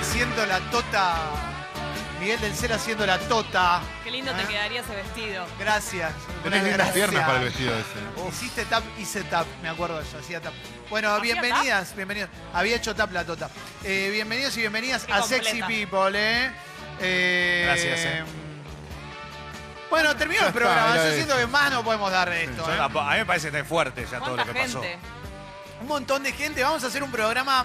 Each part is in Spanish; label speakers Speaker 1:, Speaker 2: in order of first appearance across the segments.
Speaker 1: haciendo la tota. Miguel del Cel haciendo la tota.
Speaker 2: Qué lindo te
Speaker 1: ¿Ah?
Speaker 2: quedaría ese vestido.
Speaker 1: Gracias.
Speaker 3: Tenés
Speaker 1: Una
Speaker 3: lindas
Speaker 1: desgracia.
Speaker 3: piernas para el vestido ese.
Speaker 1: Hiciste tap, hice tap, me acuerdo de eso, hacía tap. Bueno,
Speaker 2: ¿Hacía
Speaker 1: bienvenidas, bienvenidos. Había hecho tap la tota. Eh, bienvenidos y bienvenidas
Speaker 2: Qué
Speaker 1: a
Speaker 2: completa.
Speaker 1: Sexy People, ¿eh? Eh,
Speaker 4: Gracias, eh.
Speaker 1: Bueno, terminó el
Speaker 3: Ya está,
Speaker 1: programa.
Speaker 3: era
Speaker 1: Yo
Speaker 3: eso.
Speaker 1: siento que más no podemos dar de esto.
Speaker 4: Yo
Speaker 1: ¿eh?
Speaker 4: tampoco- a mí me parece que está fuerte ya todo
Speaker 2: ¿Cuánta
Speaker 4: lo que pasó.
Speaker 2: gente?
Speaker 1: Un montón de gente. Vamos a hacer un programa.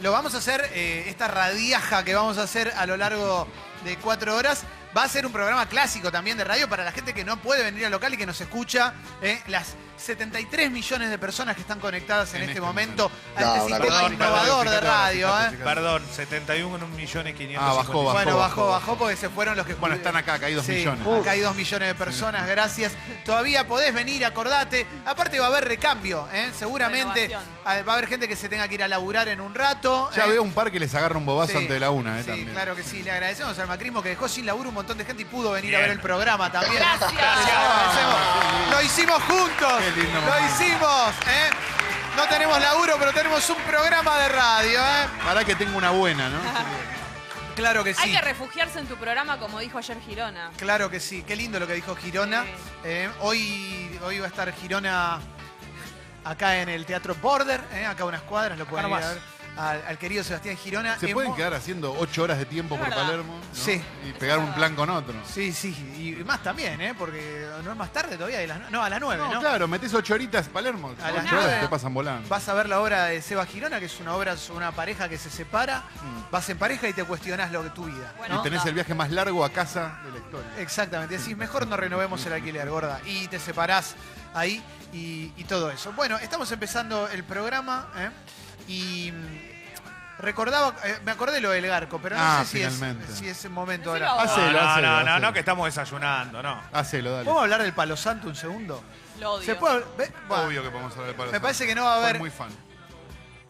Speaker 1: Lo vamos a hacer, eh, esta radiaja que vamos a hacer a lo largo de cuatro horas. Va a ser un programa clásico también de radio para la gente que no puede venir al local y que nos escucha. eh, las 73 millones de personas que están conectadas en,
Speaker 3: En
Speaker 1: este,
Speaker 3: este
Speaker 1: momento a
Speaker 5: No,
Speaker 1: este
Speaker 5: una
Speaker 1: sistema
Speaker 4: cosa
Speaker 1: innovador de radio. eh.
Speaker 4: Perdón, 71 en un millón y 500.
Speaker 3: Ah, bajó, bajó.
Speaker 1: Bueno, bajó, bajó porque se fueron los que...
Speaker 3: Bueno, están acá, acá hay dos
Speaker 1: Sí,
Speaker 3: millones.
Speaker 1: Acá hay dos millones de personas, gracias. Todavía podés venir, acordate. Aparte va a haber recambio, ¿eh? seguramente.
Speaker 2: Renovación.
Speaker 1: a- Va a haber gente que se tenga que ir a laburar en un rato.
Speaker 3: Ya
Speaker 1: ¿eh?
Speaker 3: veo un par que les agarra un bobazo
Speaker 1: Sí,
Speaker 3: antes de la una, ¿eh?
Speaker 1: sí,
Speaker 3: también.
Speaker 1: claro que sí. Le agradecemos al Macrismo que dejó sin laburo un montón de gente y pudo venir a
Speaker 4: Bien.
Speaker 1: ver el programa también.
Speaker 2: Gracias.
Speaker 1: Les agradecemos. Lo hicimos juntos.
Speaker 3: Ah, Qué
Speaker 1: Lo
Speaker 3: lindo momento.
Speaker 1: hicimos. ¿eh? No tenemos laburo, pero tenemos un programa de radio. ¿eh?
Speaker 3: Pará que tengo una buena, ¿no?
Speaker 1: Claro que sí.
Speaker 2: Hay que refugiarse en tu programa, como dijo ayer Girona.
Speaker 1: Claro que sí, qué lindo lo que dijo Girona.
Speaker 2: Sí.
Speaker 1: Eh, hoy, hoy va a estar Girona acá en el Teatro Border, eh, acá a unas cuadras, lo pueden ir a
Speaker 4: nomás.
Speaker 1: ver al, al querido Sebastián Girona.
Speaker 3: Se
Speaker 1: En
Speaker 3: pueden
Speaker 1: Mo-
Speaker 3: quedar haciendo ocho horas de tiempo
Speaker 2: Es
Speaker 3: por
Speaker 2: verdad.
Speaker 3: Palermo ¿no?
Speaker 1: Sí.
Speaker 3: y pegar un plan con otro.
Speaker 1: Sí, sí, y más también, eh, porque no es más tarde todavía, de las, no- no, a las nueve,
Speaker 3: No,
Speaker 1: ¿no?
Speaker 3: claro, metés ocho horitas Palermo.
Speaker 1: A las
Speaker 3: Ocho horas
Speaker 1: nueve.
Speaker 3: te pasan volando.
Speaker 1: Vas a ver la obra de Seba Girona, que es una obra sobre una pareja que se separa, vas en pareja y te cuestionás lo que tu vida.
Speaker 2: Bueno,
Speaker 3: Y
Speaker 1: ¿no?
Speaker 3: tenés Mm. el viaje más largo a casa de la historia.
Speaker 1: Exactamente, decís, mejor no renovemos el alquiler, gorda. Y te separás ahí y, y todo eso. Bueno, estamos empezando el programa ¿eh? y mm, recordaba, eh, me acordé lo del Garco, pero no
Speaker 3: Ah,
Speaker 1: sé si
Speaker 3: finalmente.
Speaker 1: es, si es el momento
Speaker 2: Decilo
Speaker 1: ahora.
Speaker 2: vos.
Speaker 3: Hacelo,
Speaker 4: no,
Speaker 3: hacelo,
Speaker 4: no, no,
Speaker 3: hacelo.
Speaker 4: no, que estamos desayunando, no.
Speaker 3: Hacelo, dale.
Speaker 1: ¿Podemos hablar del Palo Santo un segundo?
Speaker 2: Lo odio.
Speaker 1: ¿Se puede? ve- va,
Speaker 3: Obvio que podemos hablar de Palermo.
Speaker 1: Me parece que no va a
Speaker 3: Soy
Speaker 1: haber-
Speaker 3: muy fan.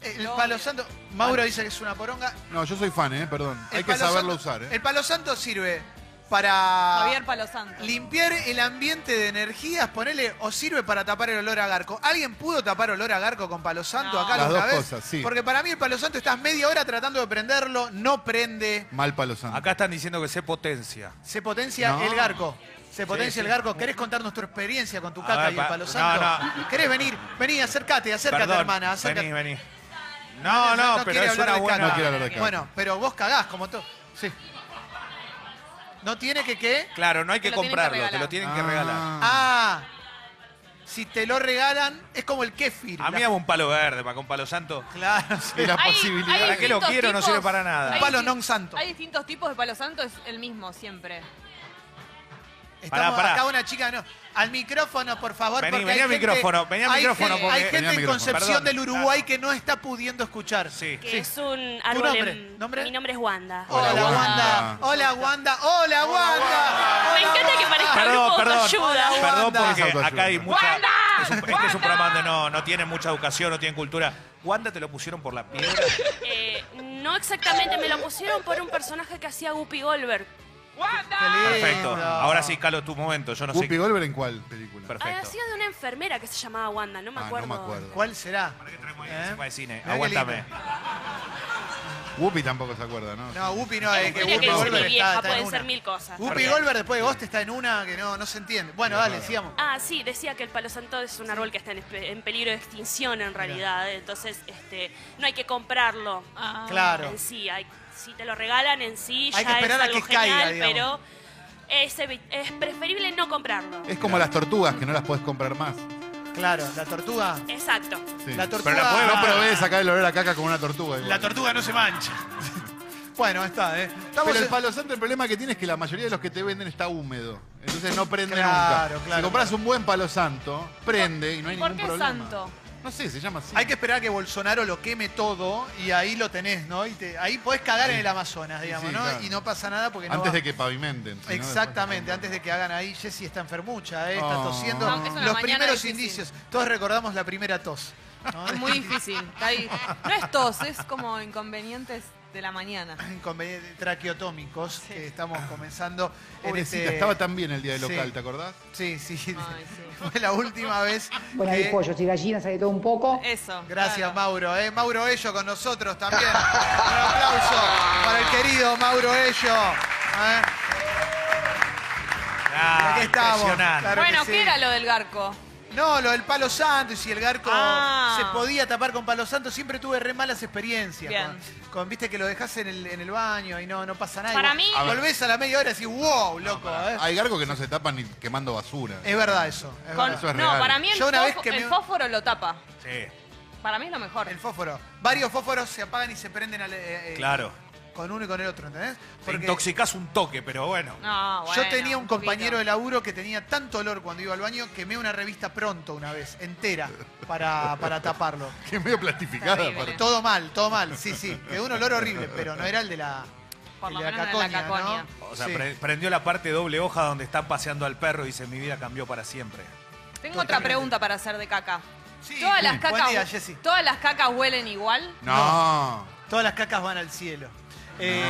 Speaker 1: El
Speaker 2: No,
Speaker 1: Palo
Speaker 2: bien.
Speaker 1: Santo, Mauro dice que es una poronga.
Speaker 3: No, yo soy fan, ¿eh? Perdón.
Speaker 1: El
Speaker 3: Hay que
Speaker 1: Palo
Speaker 3: saberlo
Speaker 1: Santo-
Speaker 3: usar, ¿eh?
Speaker 1: El Palo Santo sirve para...
Speaker 2: Javier Palo Santo.
Speaker 1: Limpiar el ambiente de energías, ponele, o sirve para tapar el olor a garco. ¿Alguien pudo tapar olor a garco con palo santo
Speaker 2: No.
Speaker 1: acá
Speaker 3: Las
Speaker 1: alguna
Speaker 3: dos
Speaker 1: vez?
Speaker 3: cosas, sí.
Speaker 1: Porque para mí el palo santo estás media hora tratando de prenderlo, no prende.
Speaker 3: Mal Palo Santo.
Speaker 4: Acá están diciendo que se potencia.
Speaker 1: Se potencia
Speaker 3: No.
Speaker 1: el garco. Se potencia
Speaker 4: Sí,
Speaker 1: el
Speaker 4: sí.
Speaker 1: garco. ¿Querés contarnos tu experiencia con tu
Speaker 4: A
Speaker 1: caca
Speaker 4: ver,
Speaker 1: y el
Speaker 4: pa-
Speaker 1: palo
Speaker 4: no,
Speaker 1: santo?
Speaker 4: no.
Speaker 1: ¿Querés venir? Vení, acércate, acércate,
Speaker 4: Perdón,
Speaker 1: hermana. Acércate.
Speaker 4: Vení, vení. No, no, pero
Speaker 1: quiere
Speaker 4: es
Speaker 1: hablar
Speaker 4: una
Speaker 1: de caca.
Speaker 4: buena.
Speaker 3: No quiere hablar de caca.
Speaker 1: Bueno, pero vos cagás como todo. Sí. No tiene que qué.
Speaker 4: Claro, no hay que
Speaker 2: Te lo tienen que
Speaker 4: comprarlo, te lo
Speaker 2: regalar.
Speaker 4: tienen que regalar.
Speaker 1: Ah. Si te lo regalan, es como el kéfir.
Speaker 4: A mí
Speaker 1: La-
Speaker 4: hago un palo verde para con palo santo.
Speaker 1: Claro,
Speaker 3: Y
Speaker 1: sí.
Speaker 3: la
Speaker 2: Hay-
Speaker 3: posibilidad.
Speaker 2: hay
Speaker 4: ¿Para qué lo
Speaker 2: distintos
Speaker 4: quiero? No
Speaker 2: tipos-
Speaker 4: sirve para nada.
Speaker 2: hay
Speaker 1: Palo
Speaker 2: disti-
Speaker 1: non santo.
Speaker 2: Hay distintos tipos de palo santo, es el mismo siempre.
Speaker 1: Estamos
Speaker 4: pará.
Speaker 1: acá una chica, no. Al micrófono, por favor.
Speaker 4: Vení,
Speaker 1: porque
Speaker 4: vení
Speaker 1: hay
Speaker 4: al
Speaker 1: gente-
Speaker 4: micrófono, vení al
Speaker 1: hay
Speaker 4: micrófono,
Speaker 1: gente-
Speaker 4: porque-
Speaker 1: Hay
Speaker 4: Vení
Speaker 1: gente
Speaker 3: al
Speaker 1: en
Speaker 3: micrófono,
Speaker 1: Concepción
Speaker 4: perdón.
Speaker 1: del Uruguay que no está pudiendo escuchar.
Speaker 4: Sí.
Speaker 6: que
Speaker 1: Sí.
Speaker 6: es un árbol.
Speaker 1: nombre?
Speaker 6: en-
Speaker 1: ¿Nombre? Oh.
Speaker 6: Mi nombre es Wanda.
Speaker 1: Hola,
Speaker 3: Hola,
Speaker 1: Wanda.
Speaker 3: Wanda.
Speaker 1: Hola, Wanda. Hola, Wanda.
Speaker 6: Me encanta que parezca
Speaker 4: Perdón,
Speaker 6: grupo de
Speaker 4: perdón.
Speaker 1: Hola,
Speaker 6: ayuda.
Speaker 4: Perdón
Speaker 1: Wanda.
Speaker 4: porque
Speaker 3: Autoayuda.
Speaker 4: acá hay mucha.
Speaker 2: ¡Wanda!
Speaker 4: Es un, este es un programa donde no, no tiene mucha educación, no tienen cultura. Wanda te lo pusieron por la piedra.
Speaker 6: Eh, no exactamente, me lo pusieron por un personaje que hacía Guppy Goldberg. Ah,
Speaker 4: Perfecto. Ahora sí, Calo, tu momento. Yo no
Speaker 3: ¿Guppy
Speaker 4: sé.
Speaker 3: Golver en cuál película?
Speaker 4: Perfecto.
Speaker 6: Ah, Hacía de una enfermera que se llamaba Wanda, no me
Speaker 3: Ah,
Speaker 6: acuerdo.
Speaker 3: no me acuerdo.
Speaker 1: ¿Cuál será?
Speaker 4: ¿Para qué traemos
Speaker 1: ¿Eh?
Speaker 4: encima de cine?
Speaker 1: Mirá qué
Speaker 4: Aguántame.
Speaker 3: Whoopi tampoco se acuerda, ¿no?
Speaker 1: No, Whoopi no. eh, que
Speaker 6: Tendría
Speaker 1: Whoopi
Speaker 6: que decir mi
Speaker 1: Goldberg está,
Speaker 6: vieja,
Speaker 1: está en
Speaker 6: pueden ser
Speaker 1: una.
Speaker 6: mil cosas.
Speaker 1: Whoopi Goldberg después de Ghost está en una que no, no se entiende. Bueno, dale, sigamos.
Speaker 6: Ah, sí, decía que el palo santo es un árbol que está en, espe- en peligro de extinción en realidad, eh, entonces este, no hay que comprarlo
Speaker 2: Ah.
Speaker 1: Claro.
Speaker 6: en sí. hay- si te lo regalan en sí,
Speaker 1: Hay
Speaker 6: ya
Speaker 1: que esperar a
Speaker 6: es algo
Speaker 1: que caiga,
Speaker 6: genial,
Speaker 1: digamos.
Speaker 6: pero es, evi- es preferible no comprarlo.
Speaker 3: Es como las tortugas que no las podés comprar más.
Speaker 1: Claro, la tortuga.
Speaker 6: Exacto.
Speaker 3: Sí.
Speaker 1: La tortuga.
Speaker 4: Pero la podés-
Speaker 3: No probé sacar el olor a caca como una tortuga. igual.
Speaker 1: La tortuga no se mancha. Bueno, está, ¿eh? Estamos
Speaker 3: Pero el
Speaker 1: en-
Speaker 3: palo santo, el problema que tiene es que la mayoría de los que te venden está húmedo. Entonces no prende
Speaker 1: Claro,
Speaker 3: nunca.
Speaker 1: claro.
Speaker 3: si compras un buen palo santo, prende y no hay
Speaker 2: ¿Y por
Speaker 3: ningún
Speaker 2: qué
Speaker 3: problema.
Speaker 2: santo?
Speaker 3: No sé, se llama así.
Speaker 1: Hay que esperar a que Bolsonaro lo queme todo y ahí lo tenés, ¿no? Y te- ahí podés cagar en el Amazonas,
Speaker 3: Sí,
Speaker 1: digamos,
Speaker 3: sí,
Speaker 1: ¿no?
Speaker 3: claro.
Speaker 1: Y no pasa nada porque no
Speaker 3: Antes
Speaker 1: va-
Speaker 3: de que pavimenten. si no,
Speaker 1: Exactamente,
Speaker 3: después-
Speaker 1: antes de que hagan ahí, Jessy está enfermucha, ¿eh? está
Speaker 3: Oh.
Speaker 1: tosiendo.
Speaker 3: No, es una
Speaker 1: Los
Speaker 2: mañana
Speaker 1: primeros
Speaker 2: difícil.
Speaker 1: indicios, todos recordamos la primera tos. ¿no?
Speaker 2: Es muy difícil. Está ahí. No es tos, es como inconvenientes de la mañana.
Speaker 1: Inconvenientes traqueotómicos que estamos comenzando en
Speaker 3: Pobrecita,
Speaker 1: este-
Speaker 3: estaba tan bien el día del
Speaker 1: sí.
Speaker 3: local, ¿te acordás?
Speaker 1: Sí, sí.
Speaker 2: Ay, sí.
Speaker 1: Fue la última vez.
Speaker 5: Bueno, hay
Speaker 1: que-
Speaker 5: pollos y gallinas, hay de todo un poco.
Speaker 2: Eso.
Speaker 1: Gracias,
Speaker 2: claro.
Speaker 1: Mauro. ¿eh? Mauro Ello con nosotros también. Un aplauso para el querido Mauro Ello. ¿eh?
Speaker 4: Ah,
Speaker 1: Aquí estamos.
Speaker 4: impresionante.
Speaker 1: Claro
Speaker 2: bueno,
Speaker 1: que
Speaker 2: ¿qué
Speaker 1: sí.
Speaker 2: era lo del garco?
Speaker 1: No, lo del palo santo y si el garco
Speaker 2: Ah.
Speaker 1: se podía tapar con palo santo, siempre tuve re malas experiencias.
Speaker 2: Bien.
Speaker 1: Con, con, viste que lo dejás en el, en el baño y no, no pasa nada. Y
Speaker 6: Para
Speaker 1: vos
Speaker 6: mí-
Speaker 3: A ver.
Speaker 1: Volvés a la media hora y decís, wow, loco. ¿eh?
Speaker 3: Hay gargos que no se tapan ni quemando basura.
Speaker 1: Es verdad eso. es
Speaker 2: Con-
Speaker 1: verdad.
Speaker 3: Eso es
Speaker 2: no,
Speaker 3: real.
Speaker 2: para mí el,
Speaker 1: Yo una vez
Speaker 2: fósforo-
Speaker 1: que me-
Speaker 2: el fósforo lo tapa.
Speaker 4: Sí,
Speaker 2: Para mí es lo mejor.
Speaker 1: El fósforo. Varios fósforos se apagan y se prenden al, eh, eh,
Speaker 4: claro.
Speaker 1: con uno y con el otro, ¿entendés?
Speaker 4: Te
Speaker 1: Porque-
Speaker 4: intoxicás un toque, pero bueno.
Speaker 2: No,
Speaker 1: Yo
Speaker 2: Ah, bueno,
Speaker 1: tenía un,
Speaker 2: poquito.
Speaker 1: compañero de laburo que tenía tanto olor cuando iba al baño, quemé una revista pronto una vez, entera, para, para taparlo.
Speaker 3: Que medio plastificada.
Speaker 2: Terrible.
Speaker 3: aparte.
Speaker 1: Todo mal, todo mal, sí, sí. Quedó un olor horrible, pero no era el de la,
Speaker 2: Por
Speaker 1: el
Speaker 2: lo
Speaker 1: de la
Speaker 2: menos no era la
Speaker 1: cacoña,
Speaker 2: cacoña.
Speaker 1: ¿no?
Speaker 4: O sea,
Speaker 1: Sí.
Speaker 4: pre- prendió la parte doble hoja donde están paseando al perro y dice, mi vida cambió para siempre.
Speaker 2: Tengo otra
Speaker 1: Totalmente.
Speaker 2: pregunta para hacer de caca.
Speaker 1: Sí.
Speaker 2: Todas las
Speaker 1: Buen
Speaker 2: cacas,
Speaker 1: día, Jessy.
Speaker 2: todas las cacas huelen igual.
Speaker 3: No,
Speaker 1: Todas las cacas van al cielo. Eh,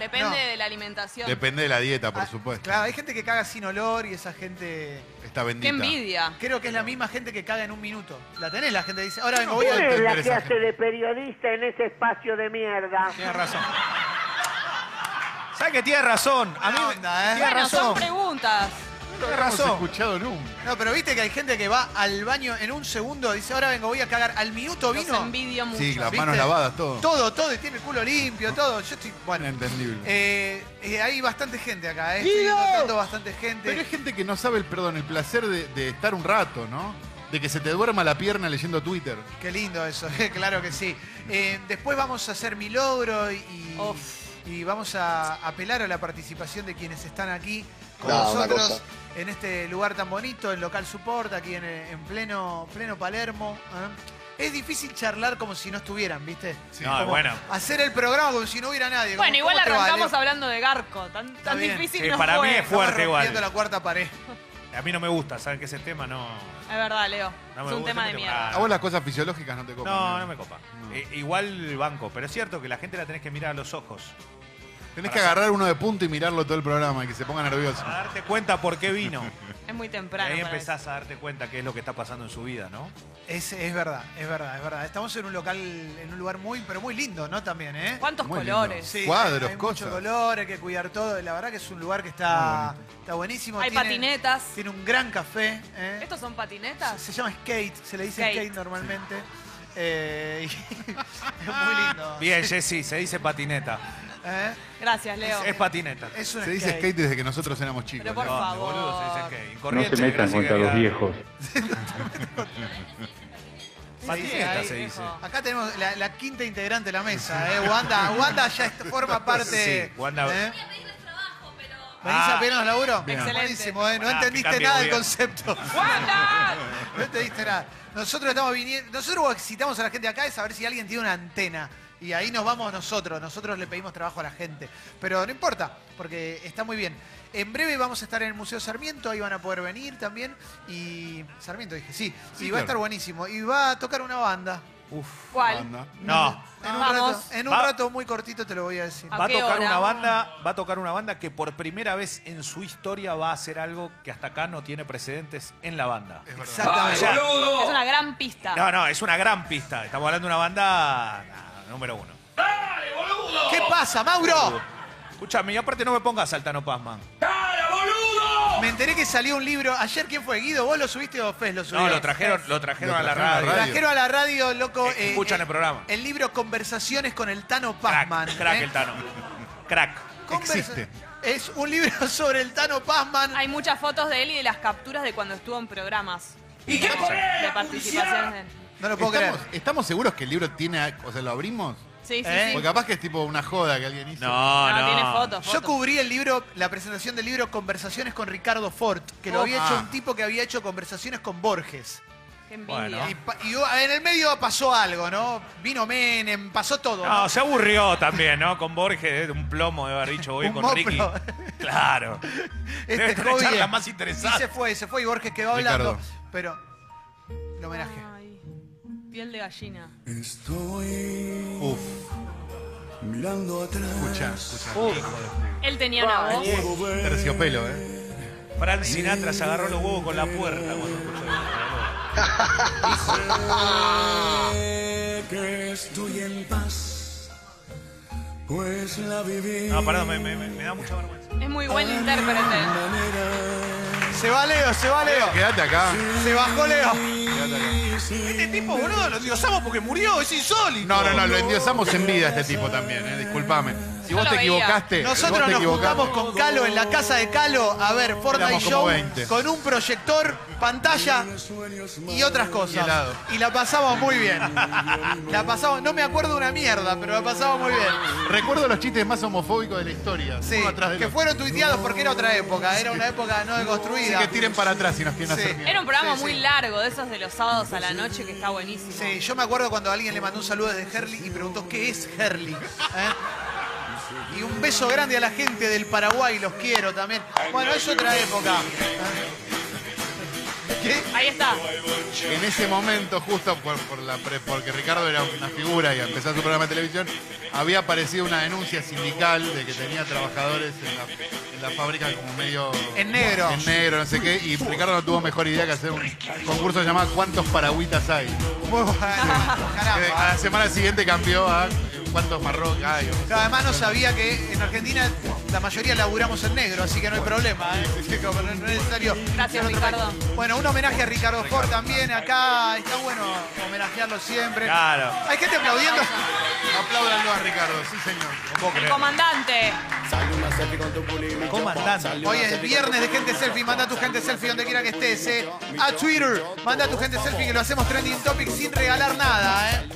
Speaker 2: Depende
Speaker 1: no.
Speaker 2: de la alimentación.
Speaker 3: depende de la dieta, por
Speaker 1: Ah,
Speaker 3: supuesto.
Speaker 1: Claro, hay gente que caga sin olor y esa gente...
Speaker 3: Está bendita.
Speaker 2: Qué envidia.
Speaker 1: Creo que es la misma gente que caga en un minuto. La tenés, la gente dice, ahora vengo, voy
Speaker 7: ¿Quién
Speaker 1: a...
Speaker 3: Bueno.
Speaker 7: es
Speaker 3: entender
Speaker 7: la
Speaker 3: esa
Speaker 7: que hace
Speaker 3: gente.
Speaker 7: de periodista en ese espacio de mierda?
Speaker 4: Tienes razón. ¿Sabes que tiene razón? A mí
Speaker 1: Buena
Speaker 4: me-
Speaker 1: onda, ¿eh?
Speaker 4: tiene
Speaker 2: Bueno, son
Speaker 4: razón.
Speaker 2: preguntas.
Speaker 3: No lo hemos
Speaker 4: razón.
Speaker 3: escuchado nunca.
Speaker 1: No, pero viste que hay gente que va al baño en un segundo, dice, ahora vengo, voy a cagar. Al minuto
Speaker 2: Los
Speaker 1: vino...
Speaker 2: envidio mucho.
Speaker 3: Sí, las
Speaker 1: ¿Viste?
Speaker 3: manos lavadas, todo.
Speaker 1: Todo, todo, y tiene el culo limpio, todo. Yo estoy. Bueno.
Speaker 3: Inentendible.
Speaker 1: Eh, eh, hay bastante gente acá, eh. Estoy
Speaker 3: ¡Guido!
Speaker 1: notando bastante gente.
Speaker 3: Pero hay gente que no sabe el perdón, el placer de, de estar un rato, ¿no? De que se te duerma la pierna leyendo Twitter.
Speaker 1: Qué lindo eso, eh, claro que sí. Eh, después vamos a hacer mi logro y,
Speaker 2: Uf.
Speaker 1: y vamos a apelar a la participación de quienes están aquí con
Speaker 8: No, una
Speaker 1: nosotros
Speaker 8: cosa.
Speaker 1: en este lugar tan bonito, el local support, aquí en, eh, en pleno, pleno Palermo. ¿eh? Es difícil charlar como si no estuvieran, ¿viste?
Speaker 4: No,
Speaker 1: Como
Speaker 4: bueno.
Speaker 1: Hacer el programa como si no hubiera nadie. como,
Speaker 2: Ah, Bueno, igual
Speaker 1: ¿cómo te va,
Speaker 2: arrancamos
Speaker 1: Leo?
Speaker 2: hablando de garco. Tan, tan
Speaker 1: bien.
Speaker 2: difícil
Speaker 4: Sí,
Speaker 2: no
Speaker 4: para
Speaker 2: fue.
Speaker 4: mí es fu- fuerte
Speaker 1: Estamos rompiendo
Speaker 4: igual.
Speaker 1: la cuarta pared.
Speaker 4: A mí no me gusta, ¿saben que ese tema no...
Speaker 2: Es verdad, Leo.
Speaker 4: No me
Speaker 2: es un
Speaker 4: gusta,
Speaker 2: tema de
Speaker 4: es un
Speaker 2: mierda.
Speaker 4: tema-
Speaker 3: A vos las cosas fisiológicas no te copan.
Speaker 4: No, no me copa.
Speaker 3: No.
Speaker 4: Eh, igual banco, pero es cierto que la gente la tenés que mirar a los ojos.
Speaker 3: Tenés que agarrar uno de punto y mirarlo todo el programa y que se ponga nervioso.
Speaker 4: A darte cuenta por qué vino.
Speaker 2: Es muy
Speaker 4: Y
Speaker 2: temprano.
Speaker 4: ahí
Speaker 2: para
Speaker 4: empezás a darte cuenta qué es lo que está pasando en su vida, ¿no?
Speaker 1: Es, es verdad, es verdad, es verdad. Estamos en un local, en un lugar muy, pero muy lindo, ¿no? También, ¿eh?
Speaker 2: eso. ¿Cuántos
Speaker 3: Muy lindo.
Speaker 2: colores?
Speaker 1: Sí,
Speaker 3: Cuadros,
Speaker 1: hay
Speaker 3: cosas.
Speaker 1: Mucho color, hay que cuidar todo. La verdad que es un lugar que está, está buenísimo.
Speaker 2: Hay
Speaker 1: Tiene-
Speaker 2: patinetas.
Speaker 1: Tiene un gran café. ¿eh?
Speaker 2: ¿Estos son
Speaker 1: se,
Speaker 2: patinetas?
Speaker 1: se llama skate, se le dice skate,
Speaker 2: Skate.
Speaker 1: normalmente. Eh, y- es
Speaker 2: Ah.
Speaker 1: muy lindo.
Speaker 4: Bien, Jessy, se dice patineta.
Speaker 1: ¿eh?
Speaker 2: Gracias, Leo.
Speaker 4: Es patineta.
Speaker 1: Es un
Speaker 3: Se dice skate desde que nosotros éramos chicos.
Speaker 2: Pero por
Speaker 3: ¿no?
Speaker 4: ¿Dónde,
Speaker 2: favor.
Speaker 4: boludo? Se dice que
Speaker 9: No
Speaker 4: incorriente,
Speaker 9: se metan
Speaker 4: gracias
Speaker 9: contra
Speaker 4: que
Speaker 9: los
Speaker 4: la-
Speaker 9: viejos.
Speaker 4: Patineta
Speaker 1: Sí,
Speaker 4: se
Speaker 1: ahí,
Speaker 4: dice.
Speaker 2: viejo.
Speaker 1: Acá tenemos la, la quinta integrante de la mesa. ¿eh? Wanda, Wanda ya est- forma parte.
Speaker 4: Sí, Wanda-
Speaker 1: ¿eh? ¿Venís
Speaker 4: Ah.
Speaker 1: a pedirnos laburo?
Speaker 2: Excelente.
Speaker 1: Buenísimo, ¿eh? No
Speaker 4: Pará, que
Speaker 1: entendiste
Speaker 4: cambie
Speaker 1: nada
Speaker 4: de
Speaker 1: del
Speaker 4: gobierno.
Speaker 1: concepto.
Speaker 2: ¡Wanda!
Speaker 1: No entendiste nada. Nosotros estamos viniendo. Nosotros excitamos a la gente acá es saber si alguien tiene una antena. Y ahí nos vamos nosotros. Nosotros le pedimos trabajo a la gente. Pero no importa, porque está muy bien. En breve vamos a estar en el Museo Sarmiento, ahí van a poder venir también. Y. Sarmiento dije, sí.
Speaker 3: Sí,
Speaker 1: y va a
Speaker 3: claro.
Speaker 1: estar buenísimo. Y va a tocar una banda.
Speaker 4: Uf.
Speaker 2: ¿Cuál?
Speaker 3: Anda.
Speaker 4: No.
Speaker 1: En un,
Speaker 2: Vamos.
Speaker 1: rato, en un
Speaker 4: Va-
Speaker 1: rato muy cortito te lo voy a decir.
Speaker 2: ¿A
Speaker 4: Va a
Speaker 2: qué
Speaker 4: tocar
Speaker 2: hora?
Speaker 4: una banda, va a tocar una banda que por primera vez en su historia va a hacer algo que hasta acá no tiene precedentes en la banda.
Speaker 3: Es verdad.
Speaker 4: O
Speaker 1: Exactamente.
Speaker 4: sea,
Speaker 2: Es una gran pista.
Speaker 4: no, no, es una gran pista. Estamos hablando de una banda nada, número uno.
Speaker 1: ¿Qué pasa, Mauro?
Speaker 4: Escúchame, y aparte no me pongas Altano Pazman.
Speaker 1: Me enteré que salió un libro. Ayer, ¿quién fue? Guido, ¿vos lo subiste o Fez lo subió?
Speaker 4: No, lo trajeron, lo trajeron a la
Speaker 3: trajeron a la
Speaker 4: radio.
Speaker 3: radio.
Speaker 1: Trajeron a la radio, loco.
Speaker 4: Eh, escuchan el programa.
Speaker 1: El libro Conversaciones con el Tano
Speaker 4: Crack,
Speaker 1: Pazman.
Speaker 4: crack
Speaker 1: ¿eh?
Speaker 4: el Tano. Crack.
Speaker 1: Conversa-
Speaker 3: Existe.
Speaker 1: Es un libro sobre el Tano Pazman.
Speaker 2: Hay muchas fotos de él y de las capturas de cuando estuvo en programas.
Speaker 4: ¿Y qué
Speaker 2: De participaciones de él.
Speaker 1: No lo puedo
Speaker 3: ¿Estamos,
Speaker 1: creer.
Speaker 3: estamos seguros que el libro tiene. O sea, lo abrimos?
Speaker 2: Sí, sí,
Speaker 1: ¿Eh?
Speaker 2: sí.
Speaker 3: Porque capaz que es tipo una joda que alguien hizo.
Speaker 4: No, Ah, no.
Speaker 2: No, tiene fotos.
Speaker 1: Yo
Speaker 2: fotos.
Speaker 1: cubrí el libro, la presentación del libro Conversaciones con Ricardo Ford, que lo
Speaker 2: Oh.
Speaker 1: había hecho
Speaker 3: Ah.
Speaker 1: un tipo que había hecho conversaciones con Borges.
Speaker 2: Qué envidia.
Speaker 4: Bueno.
Speaker 1: Y, pa- y en el medio pasó algo, ¿no? Vino Menem, pasó todo. ¿no?
Speaker 4: No, se aburrió también, ¿no? Con Borges, de un plomo de haber dicho voy
Speaker 1: Un
Speaker 4: con
Speaker 1: moplo.
Speaker 4: Ricky. Claro. Debe estar
Speaker 1: Este
Speaker 4: la
Speaker 1: hobby
Speaker 4: charla
Speaker 1: es-
Speaker 4: más interesante.
Speaker 1: Y se fue, se fue y Borges quedó hablando.
Speaker 3: Ricardo.
Speaker 1: Pero. El homenaje.
Speaker 2: Ay. Piel de gallina.
Speaker 8: Estoy
Speaker 3: Uf,
Speaker 8: mirando
Speaker 3: escucha,
Speaker 8: atrás.
Speaker 3: escucha.
Speaker 6: Él tenía una voz.
Speaker 8: Puedo ver
Speaker 3: Terciopelo, ¿eh?
Speaker 4: Frank Sinatra se agarró los huevos con la puerta cuando escuchó eso.
Speaker 8: que estoy en paz. Pues la viví.
Speaker 4: No, perdón, me, me- me da mucha vergüenza.
Speaker 2: Es muy buen intérprete.
Speaker 1: Se va Leo, se va Leo.
Speaker 3: Quédate acá.
Speaker 1: Se bajó Leo.
Speaker 3: quédate acá.
Speaker 4: Este tipo, boludo, lo diosamos porque murió, es insólito.
Speaker 3: No, no, no, lo endiosamos en vida a este tipo también, ¿eh? Disculpame. Si
Speaker 2: Yo
Speaker 3: vos
Speaker 2: lo
Speaker 3: te
Speaker 2: veía.
Speaker 3: equivocaste, si vos
Speaker 1: Nosotros
Speaker 3: te
Speaker 1: nos
Speaker 3: equivocaste,
Speaker 1: juntamos con Calo en la casa de Calo a ver Fortnite
Speaker 3: Éramos como
Speaker 1: Show
Speaker 3: 20.
Speaker 1: con un proyector, pantalla y otras
Speaker 3: Y
Speaker 1: cosas.
Speaker 3: helado.
Speaker 1: Y, la pasamos muy bien. La pasamos, no me acuerdo una mierda, pero la pasamos muy bien.
Speaker 3: Recuerdo los chistes más homofóbicos de la historia.
Speaker 1: Sí,
Speaker 3: uno atrás del
Speaker 1: que
Speaker 3: otro.
Speaker 1: fueron tuiteados porque era otra época, era una época no
Speaker 3: Así
Speaker 1: deconstruida.
Speaker 3: que tiren para atrás si nos quieren
Speaker 1: Sí.
Speaker 3: hacer mierda.
Speaker 2: Era un programa
Speaker 1: Sí,
Speaker 2: muy
Speaker 1: sí.
Speaker 2: largo, de esos de los sábados a la noche, que está buenísimo.
Speaker 1: Sí, yo me acuerdo cuando alguien le mandó un saludo desde Herli y preguntó qué es Herli. ¿Eh? Y un beso grande a la gente del Paraguay, los quiero también. Bueno, es otra época. ¿Eh? ¿Qué?
Speaker 6: Ahí está.
Speaker 3: En ese momento, justo por, por la pre- porque Ricardo era una figura y empezó su programa de televisión, había aparecido una denuncia sindical de que tenía trabajadores en la, en la fábrica como medio...
Speaker 1: En negro.
Speaker 3: En negro, no sé qué. Y Ricardo no tuvo mejor idea que hacer un concurso llamado ¿Cuántos paragüitas hay?
Speaker 1: Muy bueno,
Speaker 3: Que a
Speaker 1: caramba.
Speaker 3: la semana siguiente cambió a ¿Cuántos marrocas hay? O-
Speaker 1: Yo además no sabía que en Argentina la mayoría laburamos en negro, así que no hay problema. ¿eh? Sí, como no- no es necesario.
Speaker 2: Gracias, Ricardo.
Speaker 1: Bueno, un homenaje a Ricardo Ford también acá. Está bueno homenajearlo siempre.
Speaker 4: Claro.
Speaker 1: Hay gente aplaudiendo.
Speaker 3: Apláudanlo a Ricardo, sí señor.
Speaker 4: No puedo
Speaker 2: El
Speaker 4: creer.
Speaker 2: comandante.
Speaker 4: Comandante.
Speaker 1: Hoy es viernes de gente selfie, manda tu gente selfie donde quiera que estés, eh. A Twitter, manda tu gente selfie que lo hacemos trending topic sin regalar nada, eh.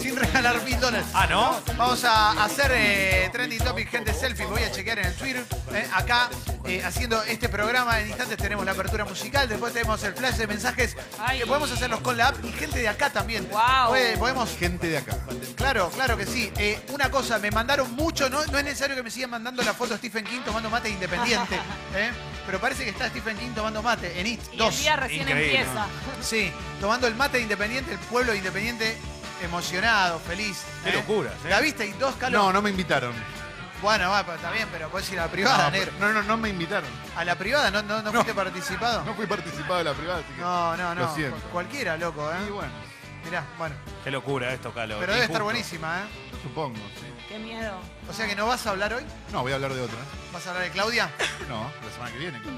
Speaker 1: Sin regalar mil dólares.
Speaker 4: Ah, ¿no?
Speaker 1: Vamos a hacer eh, trending topic gente selfie, voy a chequear en el Twitter. eh, acá, eh, haciendo este programa, en instantes tenemos la apertura musical, después tenemos el flash de mensajes
Speaker 2: Ay.
Speaker 1: que podemos hacerlos con la app y gente de acá también.
Speaker 2: Guau.
Speaker 1: Puede- podemos
Speaker 3: Gente de acá.
Speaker 1: Claro, claro que sí. Eh, una cosa, me mandaron mucho, no, no es necesario que me sigan mandando la foto de Stephen King tomando mate independiente. ¿eh? Pero parece que está Stephen King tomando mate en IT
Speaker 2: Y el
Speaker 1: 2.
Speaker 2: día recién
Speaker 4: Increíble.
Speaker 2: empieza.
Speaker 1: Sí, tomando el mate de independiente, el pueblo de independiente emocionado, feliz.
Speaker 4: Qué locura, ¿eh?
Speaker 1: ¿La viste IT 2, Calo?
Speaker 3: No, no me invitaron.
Speaker 1: Bueno, va, pero está bien, pero puedes ir a la privada,
Speaker 3: No,
Speaker 1: negro.
Speaker 3: no, no, no me invitaron.
Speaker 1: ¿A la privada no, no, no fuiste participado?
Speaker 3: No fui participado de la privada, así que...
Speaker 1: No, no,
Speaker 3: Lo
Speaker 1: no.
Speaker 3: siento.
Speaker 1: Cualquiera, loco, ¿eh?
Speaker 3: Y bueno,
Speaker 1: Mirá, bueno.
Speaker 4: Qué locura esto, Calo.
Speaker 1: Pero debe estar
Speaker 4: Injusto.
Speaker 1: buenísima, ¿eh?
Speaker 3: yo supongo, sí.
Speaker 2: Qué miedo.
Speaker 1: O sea que no vas a hablar hoy,
Speaker 3: No, voy a hablar de otra.
Speaker 1: vas a hablar de Claudia.
Speaker 3: No, la semana que viene, claro.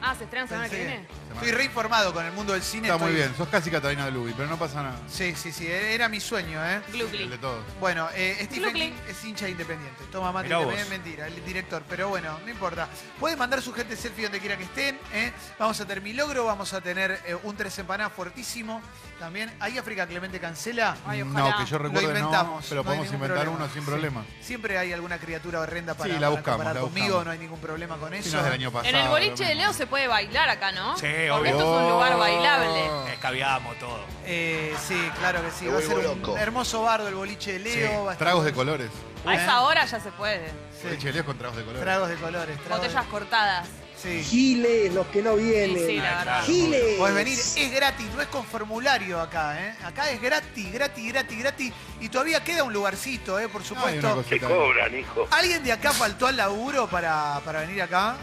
Speaker 2: Ah, se estrena la semana que
Speaker 1: Pensé-
Speaker 2: viene.
Speaker 1: Estoy reinformado con el mundo del cine.
Speaker 3: Está muy
Speaker 1: estoy-
Speaker 3: bien, sos casi Catalina de Lubi, pero no pasa nada.
Speaker 1: Sí, sí, sí, era mi sueño, ¿eh?
Speaker 3: El de
Speaker 6: Glugli.
Speaker 3: todos.
Speaker 1: Bueno, eh, Stephen
Speaker 6: Cluc, cluc.
Speaker 1: King es hincha independiente. Toma mate
Speaker 4: Mirá vos.
Speaker 1: independiente, mentira, el director. Pero bueno, no importa. Pueden mandar su gente selfie donde quiera que estén. ¿eh? Vamos a tener mi logro, vamos a tener eh, un tres empanadas fuertísimo. También, ¿hay África Clemente Cancela?
Speaker 2: Ay, ojalá.
Speaker 3: No, que yo recuerdo
Speaker 1: Lo inventamos.
Speaker 3: no, pero
Speaker 1: no hay
Speaker 3: podemos
Speaker 1: ningún
Speaker 3: inventar
Speaker 1: problema.
Speaker 3: uno sin
Speaker 1: Sí.
Speaker 3: problema.
Speaker 1: Siempre hay alguna criatura horrenda para,
Speaker 3: Sí, la
Speaker 1: para
Speaker 3: buscamos,
Speaker 1: comparar
Speaker 3: la
Speaker 1: conmigo,
Speaker 3: buscamos.
Speaker 1: no hay ningún problema con eso.
Speaker 3: Finales del año pasado.
Speaker 2: En el boliche de
Speaker 3: obviamente.
Speaker 2: Leo se puede bailar acá, ¿no?
Speaker 4: Sí,
Speaker 2: Porque
Speaker 4: obvio. Oh.
Speaker 2: esto es un lugar bailable.
Speaker 4: Escabiamos todo.
Speaker 1: Eh, sí, claro que sí. Va a ser un hermoso bardo el boliche de Leo. va a
Speaker 3: Sí,
Speaker 1: estar
Speaker 3: Tragos de colores.
Speaker 2: A
Speaker 1: ¿Eh?
Speaker 2: esa hora ya se puede.
Speaker 1: Sí.
Speaker 3: Leche de Leo con tragos de colores.
Speaker 1: Tragos de colores. tragos de-
Speaker 2: Botellas cortadas.
Speaker 1: Sí.
Speaker 9: Giles, los que no
Speaker 2: Sí,
Speaker 9: vienen.
Speaker 2: sí, la verdad.
Speaker 9: Giles.
Speaker 1: Podés venir, es gratis, no es con formulario acá, ¿eh? Acá es gratis, gratis, gratis, gratis. Y todavía queda un lugarcito, ¿eh? Por
Speaker 3: Ah, hay una
Speaker 1: supuesto.
Speaker 3: cosita
Speaker 7: Te
Speaker 3: ahí.
Speaker 7: cobran, hijo.
Speaker 1: ¿Alguien de acá faltó al laburo para, para venir acá?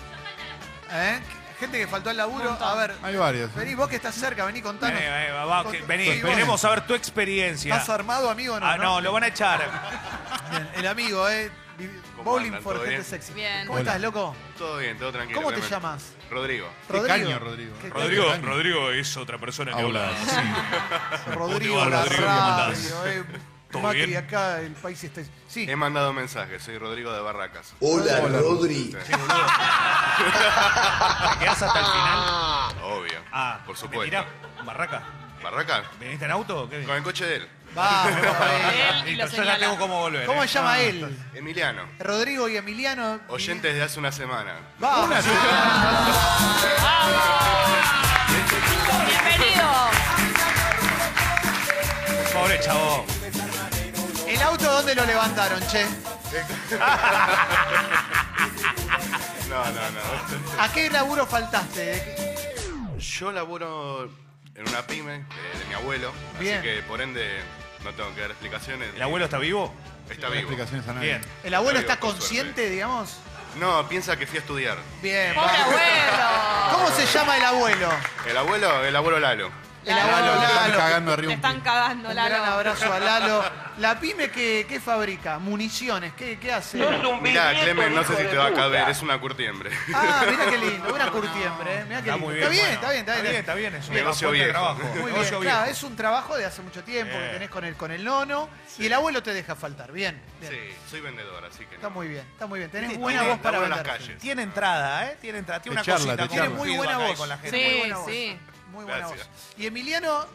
Speaker 1: ¿Eh? Gente que faltó al laburo. A ver,
Speaker 3: Hay varios. ¿eh?
Speaker 1: vení, vos que estás cerca, vení, contanos.
Speaker 4: Eh, eh, va, va, que- vení,
Speaker 1: Sí, vos.
Speaker 4: queremos saber tu experiencia.
Speaker 1: ¿Estás armado, amigo o no?
Speaker 4: Ah, no, lo van a echar.
Speaker 1: Bien, el amigo, ¿eh? Vi- Bowling for gente sexy.
Speaker 2: Bien.
Speaker 1: ¿Cómo
Speaker 3: Hola.
Speaker 1: estás, loco?
Speaker 10: Todo bien, todo tranquilo.
Speaker 1: ¿Cómo te
Speaker 10: realmente.
Speaker 1: llamas?
Speaker 10: Rodrigo.
Speaker 3: Qué caño, Rodrigo.
Speaker 1: Qué-
Speaker 10: Rodrigo,
Speaker 3: Caño.
Speaker 10: Rodrigo es otra persona que
Speaker 3: Habla.
Speaker 10: habla así.
Speaker 1: Rodrigo,
Speaker 10: ¿Cómo te va,
Speaker 1: la
Speaker 10: Rodrigo? ¿Cómo andás?
Speaker 1: radio, eh.
Speaker 10: ¿Todo
Speaker 1: Macri
Speaker 10: bien?
Speaker 1: acá, el país está... Sí.
Speaker 10: He mandado mensajes, soy Rodrigo de Barracas.
Speaker 8: Hola, Rodri.
Speaker 10: Sí,
Speaker 4: ¿Te quedás hasta el final?
Speaker 10: Obvio.
Speaker 4: Ah,
Speaker 10: por
Speaker 4: ¿Me
Speaker 10: supuesto.
Speaker 4: tirás? ¿Barraca?
Speaker 10: ¿Barracas?
Speaker 4: ¿Viniste en auto o qué? Ah,
Speaker 10: Con el coche de él.
Speaker 1: Vamos, eh.
Speaker 2: Él y
Speaker 4: Listo,
Speaker 2: lo
Speaker 4: yo ya tengo
Speaker 2: señala.
Speaker 4: cómo volver.
Speaker 1: ¿Cómo
Speaker 4: eh.
Speaker 1: se llama
Speaker 4: Ah.
Speaker 1: él?
Speaker 10: Emiliano,
Speaker 1: Rodrigo y Emiliano.
Speaker 10: oyentes de hace una semana.
Speaker 1: Vamos.
Speaker 2: Bienvenido.
Speaker 4: Pobre chavo.
Speaker 1: ¿El auto dónde lo levantaron, che?
Speaker 10: No, no, no.
Speaker 1: ¿A qué laburo faltaste?
Speaker 10: Yo laburo en una pyme eh, de mi abuelo.
Speaker 1: Bien.
Speaker 10: Así que por ende no tengo que dar explicaciones.
Speaker 4: ¿El abuelo está vivo?
Speaker 10: está
Speaker 3: No hay
Speaker 10: vivo.
Speaker 3: explicaciones a nadie.
Speaker 4: Bien.
Speaker 1: ¿El abuelo
Speaker 10: Lo digo
Speaker 1: está
Speaker 10: con
Speaker 1: consciente,
Speaker 10: suerte.
Speaker 1: digamos?
Speaker 10: No, piensa que fui a estudiar.
Speaker 1: Bien.
Speaker 2: ¡Pobre
Speaker 1: vamos.
Speaker 2: abuelo!
Speaker 1: ¿Cómo se llama el abuelo?
Speaker 10: El abuelo, el abuelo Lalo.
Speaker 1: El
Speaker 2: Lalo,
Speaker 1: abuelo
Speaker 3: Lo están
Speaker 1: Lalo.
Speaker 3: cagando arriba.
Speaker 2: Te
Speaker 3: un-
Speaker 2: están cagando,
Speaker 1: Un gran
Speaker 2: Lalo.
Speaker 1: abrazo a Lalo. La pyme que, que fabrica, municiones, ¿qué, qué hace?
Speaker 10: Mirá, Clemen, no sé si te va a caber, es una curtiembre.
Speaker 1: Ah, mira qué lindo, una curtiembre, ¿eh? Mirá qué
Speaker 4: Está
Speaker 1: lindo.
Speaker 4: muy
Speaker 1: Está
Speaker 4: bien.
Speaker 1: bien, está
Speaker 4: bueno.
Speaker 1: bien, está bien.
Speaker 4: Está bien, es un
Speaker 10: Negocio
Speaker 4: fuente de
Speaker 10: viejo.
Speaker 4: trabajo.
Speaker 1: Muy bien,
Speaker 4: Negocio
Speaker 1: claro,
Speaker 4: viejo.
Speaker 1: es un trabajo de hace mucho tiempo que
Speaker 4: Bien.
Speaker 1: tenés con el, con el nono y el abuelo te deja faltar. Bien, bien.
Speaker 10: Sí, soy vendedor, así que.
Speaker 1: Está
Speaker 10: no.
Speaker 1: muy bien, está muy bien. Tenés
Speaker 4: Sí,
Speaker 1: buena
Speaker 4: tiene-
Speaker 1: voz para
Speaker 10: laburo en las
Speaker 1: vender.
Speaker 10: calles.
Speaker 4: Tiene entrada, ¿eh? Tiene entrada. Tiene
Speaker 3: Te
Speaker 4: una
Speaker 3: charla,
Speaker 4: cosita
Speaker 3: te
Speaker 4: como
Speaker 1: Tiene
Speaker 3: charla.
Speaker 4: un
Speaker 1: muy
Speaker 4: feedback
Speaker 1: buena
Speaker 4: ahí
Speaker 1: voz.
Speaker 4: con la gente.
Speaker 1: muy
Speaker 2: Sí,
Speaker 1: buena voz.
Speaker 2: sí.
Speaker 1: Muy buena
Speaker 10: Gracias.
Speaker 1: voz. Y Emiliano,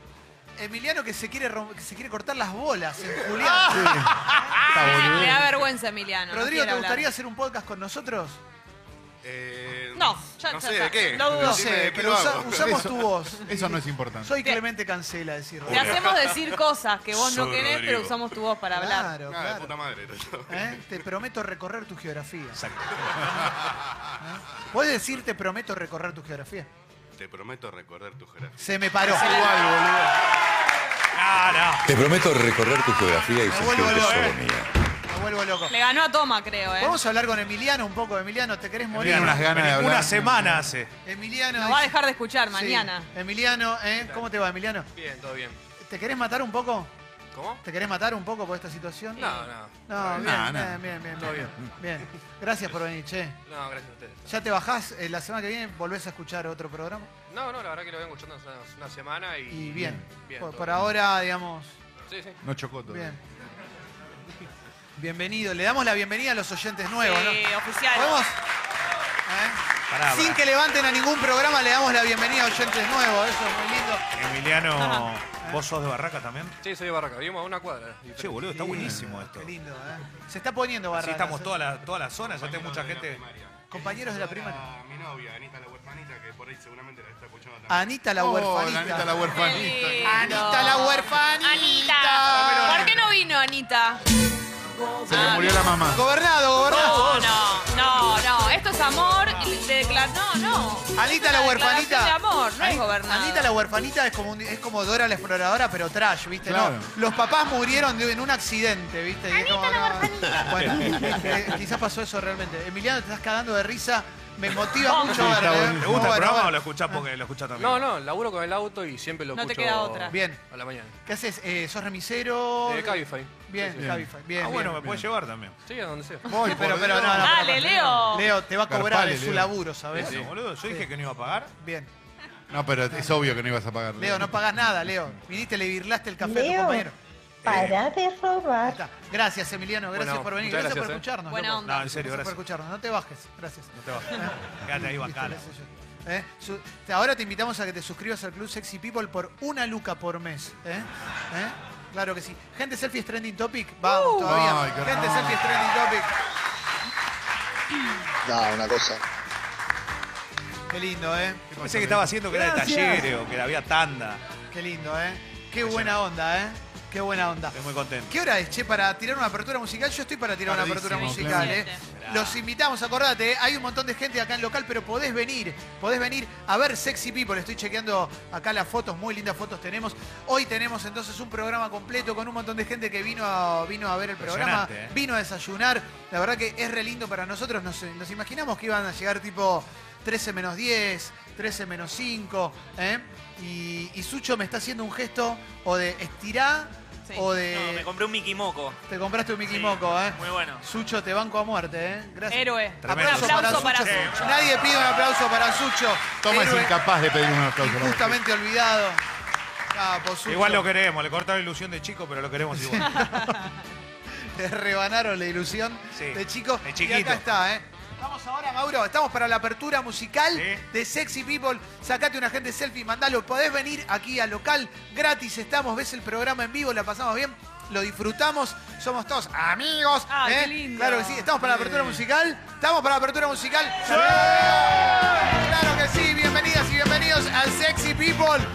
Speaker 1: Emiliano que se quiere rom- que se quiere cortar las bolas en Julián.
Speaker 3: Está boludo.
Speaker 2: Le Ah, da vergüenza, Emiliano. no
Speaker 1: Rodrigo,
Speaker 2: quiere
Speaker 1: ¿te
Speaker 2: hablar.
Speaker 1: gustaría hacer un podcast con nosotros?
Speaker 10: Eh,
Speaker 2: No, ya-
Speaker 10: no
Speaker 2: ya
Speaker 10: sé
Speaker 2: está.
Speaker 10: de qué.
Speaker 2: No dudo.
Speaker 1: No
Speaker 10: Decime de
Speaker 1: sé,
Speaker 10: qué
Speaker 1: pero
Speaker 10: lo
Speaker 1: usa-
Speaker 10: hago.
Speaker 1: usamos tu voz.
Speaker 3: Eso no es importante.
Speaker 1: Soy Clemente Cancela, decir
Speaker 2: Te
Speaker 1: Rodrigo.
Speaker 2: hacemos decir cosas que vos no
Speaker 10: Soy
Speaker 2: querés,
Speaker 10: Rodrigo.
Speaker 2: pero usamos tu voz para hablar.
Speaker 1: Claro,
Speaker 10: Nada, Ah, de puta
Speaker 1: claro.
Speaker 10: madre.
Speaker 1: ¿Eh? Te prometo recorrer tu geografía. ¿Eh?
Speaker 4: Exacto.
Speaker 1: ¿Puedes decir te prometo recorrer tu geografía?
Speaker 10: Te prometo recordar tu geografía.
Speaker 1: Se me paró.
Speaker 4: Ah,
Speaker 9: Te prometo recorrer tu geografía y
Speaker 1: Me
Speaker 9: sentirte
Speaker 1: vuelvo loco,
Speaker 9: solo
Speaker 1: eh.
Speaker 9: mía.
Speaker 1: Me vuelvo loco.
Speaker 2: Le ganó a Toma, creo, ¿eh?
Speaker 1: Vamos a hablar con Emiliano un poco. Emiliano, ¿te querés
Speaker 4: no.
Speaker 1: morir?
Speaker 3: Tiene unas ganas de hablar.
Speaker 4: Una semana hace.
Speaker 1: Emiliano.
Speaker 2: Nos va a
Speaker 1: dice-
Speaker 2: dejar de escuchar
Speaker 1: Sí.
Speaker 2: mañana.
Speaker 1: Emiliano, ¿eh? ¿cómo te va, Emiliano?
Speaker 7: Bien, todo bien.
Speaker 1: ¿Te querés matar un poco?
Speaker 7: ¿Cómo?
Speaker 1: ¿Te querés matar un poco por esta situación?
Speaker 7: No, no.
Speaker 1: No, bien,
Speaker 3: No,
Speaker 1: bien,
Speaker 3: no.
Speaker 1: bien, bien, bien, Bien. Gracias por venir, che.
Speaker 7: No, gracias a ustedes.
Speaker 1: ¿Ya te bajás? eh, la semana que viene volvés a escuchar otro programa.
Speaker 7: No, no, la verdad que lo vengo escuchando hace una- una semana y...
Speaker 1: Y bien.
Speaker 7: Bien,
Speaker 1: por,
Speaker 7: todo
Speaker 1: por
Speaker 7: bien.
Speaker 1: ahora, digamos,
Speaker 7: Sí, sí.
Speaker 3: No chocó todo.
Speaker 1: bien. Bienvenido. Le damos la bienvenida a los oyentes nuevos,
Speaker 6: Sí,
Speaker 1: ¿no?
Speaker 6: oficial.
Speaker 1: ¿Podemos? ¿Eh?
Speaker 4: Pará,
Speaker 1: Sin
Speaker 4: pará.
Speaker 1: que levanten a ningún programa, le damos la bienvenida a oyentes nuevos. Eso es muy lindo.
Speaker 4: Emiliano, ¿vos sos de Barraca también?
Speaker 7: Sí, soy de Barraca. Vivimos a una cuadra.
Speaker 4: Che, boludo, está buenísimo esto.
Speaker 1: Qué lindo, ¿eh? Se está poniendo barra.
Speaker 4: Así estamos toda la, toda la zona, ya tengo mucha gente.
Speaker 1: Compañeros de la primaria.
Speaker 10: A mi novia, Anita la huerfanita, que por ahí seguramente la está escuchando también.
Speaker 1: Anita la
Speaker 3: Oh,
Speaker 1: huerfanita.
Speaker 3: la Anita la huerfanita.
Speaker 1: Anita la huerfanita.
Speaker 6: Anita.
Speaker 2: ¿Por qué no vino, Anita?
Speaker 3: Se le murió la mamá.
Speaker 1: Gobernado, gobernado.
Speaker 2: No, no, no, no. Esto es amor. y te declar- No, no. Esto
Speaker 1: Anita
Speaker 2: es
Speaker 1: la
Speaker 2: una
Speaker 1: huerfanita.
Speaker 2: declaración de amor, no
Speaker 1: Ani-
Speaker 2: es gobernado.
Speaker 1: Anita la huerfanita es como, un- es como Dora la exploradora, pero trash, ¿viste?
Speaker 3: Claro.
Speaker 1: No, los papás murieron de- en un accidente, ¿viste? Y es como, no, Bueno, eh, quizás pasó eso realmente. Emiliano, te estás cagando de risa. Me
Speaker 2: Oh.
Speaker 1: motiva mucho
Speaker 3: está
Speaker 1: verlo, ¿eh?
Speaker 3: bueno.
Speaker 4: ¿Te
Speaker 1: Muy
Speaker 4: gusta el
Speaker 1: bueno,
Speaker 4: programa o
Speaker 1: bueno.
Speaker 4: lo escuchás porque lo escuchás también? Ah,
Speaker 7: No, no, laburo con el auto y siempre lo
Speaker 2: No te
Speaker 7: escucho
Speaker 2: queda otra.
Speaker 1: Bien.
Speaker 7: A la mañana.
Speaker 1: ¿Qué haces? Eh, ¿Sos remisero?
Speaker 7: De Cabify.
Speaker 1: Bien,
Speaker 3: Bien.
Speaker 1: Cabify. Bien,
Speaker 4: Eh, Ah, bueno,
Speaker 1: bien.
Speaker 4: me puedes llevar también.
Speaker 7: Sí, a donde sea.
Speaker 3: Voy,
Speaker 1: Pero,
Speaker 3: por
Speaker 1: pero no, no,
Speaker 3: Dios.
Speaker 1: no,
Speaker 2: Dale,
Speaker 1: pero-
Speaker 2: Leo.
Speaker 1: Leo, te va a cobrar
Speaker 3: Garpale,
Speaker 1: es su
Speaker 3: Leo.
Speaker 1: laburo, ¿sabes?
Speaker 4: Eso, boludo, yo dije que no iba a pagar.
Speaker 1: Bien.
Speaker 3: No, pero es obvio que no ibas a pagar.
Speaker 1: Leo, no pagás nada, Leo. Viniste, le birlaste el café a tu
Speaker 5: Leo.
Speaker 1: compañero.
Speaker 5: Para de
Speaker 1: Ahí
Speaker 5: robar.
Speaker 1: está. Gracias, Emiliano. Gracias
Speaker 7: Bueno,
Speaker 1: por venir.
Speaker 7: muchas
Speaker 1: Gracias, por
Speaker 7: gracias,
Speaker 1: escucharnos.
Speaker 2: Buena
Speaker 1: loco.
Speaker 2: onda.
Speaker 4: No, en
Speaker 1: Gracias
Speaker 4: serio,
Speaker 1: por
Speaker 4: gracias.
Speaker 1: escucharnos. No te bajes. Gracias.
Speaker 4: No te bajes. Quédate
Speaker 1: Viste,
Speaker 4: ahí bacala.
Speaker 1: qué sé yo. ¿Eh? Su- te- Ahora te invitamos a que te suscribas al Club Sexy People por una luca por mes. ¿eh? ¿Eh? Claro que sí. Gente Selfie es Trending Topic. Vamos todavía.
Speaker 3: Ay, qué
Speaker 1: Gente
Speaker 3: hermoso.
Speaker 1: Selfie es Trending Topic.
Speaker 8: No, una cosa.
Speaker 1: Qué lindo, ¿eh?
Speaker 4: Pensé que estaba haciendo que era de talleres o que había tanda.
Speaker 1: Qué lindo, ¿eh? Qué buena onda, ¿eh? Qué buena onda.
Speaker 4: Estoy muy contento.
Speaker 1: ¿Qué hora es, che, para tirar una apertura musical? Yo estoy para tirar una
Speaker 3: Tardísimo,
Speaker 1: apertura musical, ¿eh?
Speaker 2: Clemente.
Speaker 1: Los invitamos, acordate, ¿eh? hay un montón de gente acá en local, pero podés venir, podés venir a ver Sexy People. Estoy chequeando acá las fotos, muy lindas fotos tenemos. Hoy tenemos entonces un programa completo con un montón de gente que vino a, vino a ver el programa,
Speaker 4: Impresionante, ¿eh?
Speaker 1: vino a desayunar. La verdad que es re lindo para nosotros. Nos, nos imaginamos que iban a llegar tipo 13 menos 10, 13 menos 5, ¿eh? Y, y Sucho me está haciendo un gesto o de estirá
Speaker 2: Sí.
Speaker 1: o de...
Speaker 11: No, me compré un Mickey Moco.
Speaker 1: Te compraste un Mickey
Speaker 11: Sí,
Speaker 1: Moco, ¿eh?
Speaker 11: Muy bueno.
Speaker 1: Sucho, te banco a muerte, ¿eh? Gracias.
Speaker 2: Héroe.
Speaker 4: Tremendo.
Speaker 2: Un aplauso para
Speaker 1: Sucho.
Speaker 2: Sucho.
Speaker 1: Nadie pide un aplauso para Sucho.
Speaker 3: Toma es
Speaker 1: Héroe
Speaker 3: incapaz de pedir un aplauso. ¿no?
Speaker 1: injustamente olvidado. Capo, Sucho.
Speaker 4: Igual lo queremos, le cortaron la ilusión de chico, pero lo queremos igual.
Speaker 1: Te rebanaron la ilusión
Speaker 4: Sí,
Speaker 1: de chico.
Speaker 4: de
Speaker 1: y acá
Speaker 4: chiquito.
Speaker 1: está, ¿eh? Vamos ahora, Mauro. Estamos para la apertura musical
Speaker 4: Sí.
Speaker 1: de Sexy People. Sacate una gente selfie, mandalo. Podés venir aquí al local. Gratis estamos. Ves el programa en vivo, la pasamos bien. Lo disfrutamos. Somos todos amigos.
Speaker 2: Ah,
Speaker 1: ¿eh?
Speaker 2: qué lindo.
Speaker 1: Claro que sí. Estamos para la apertura musical. Estamos para la apertura musical. Claro que sí. Bienvenidas y bienvenidos a Sexy People.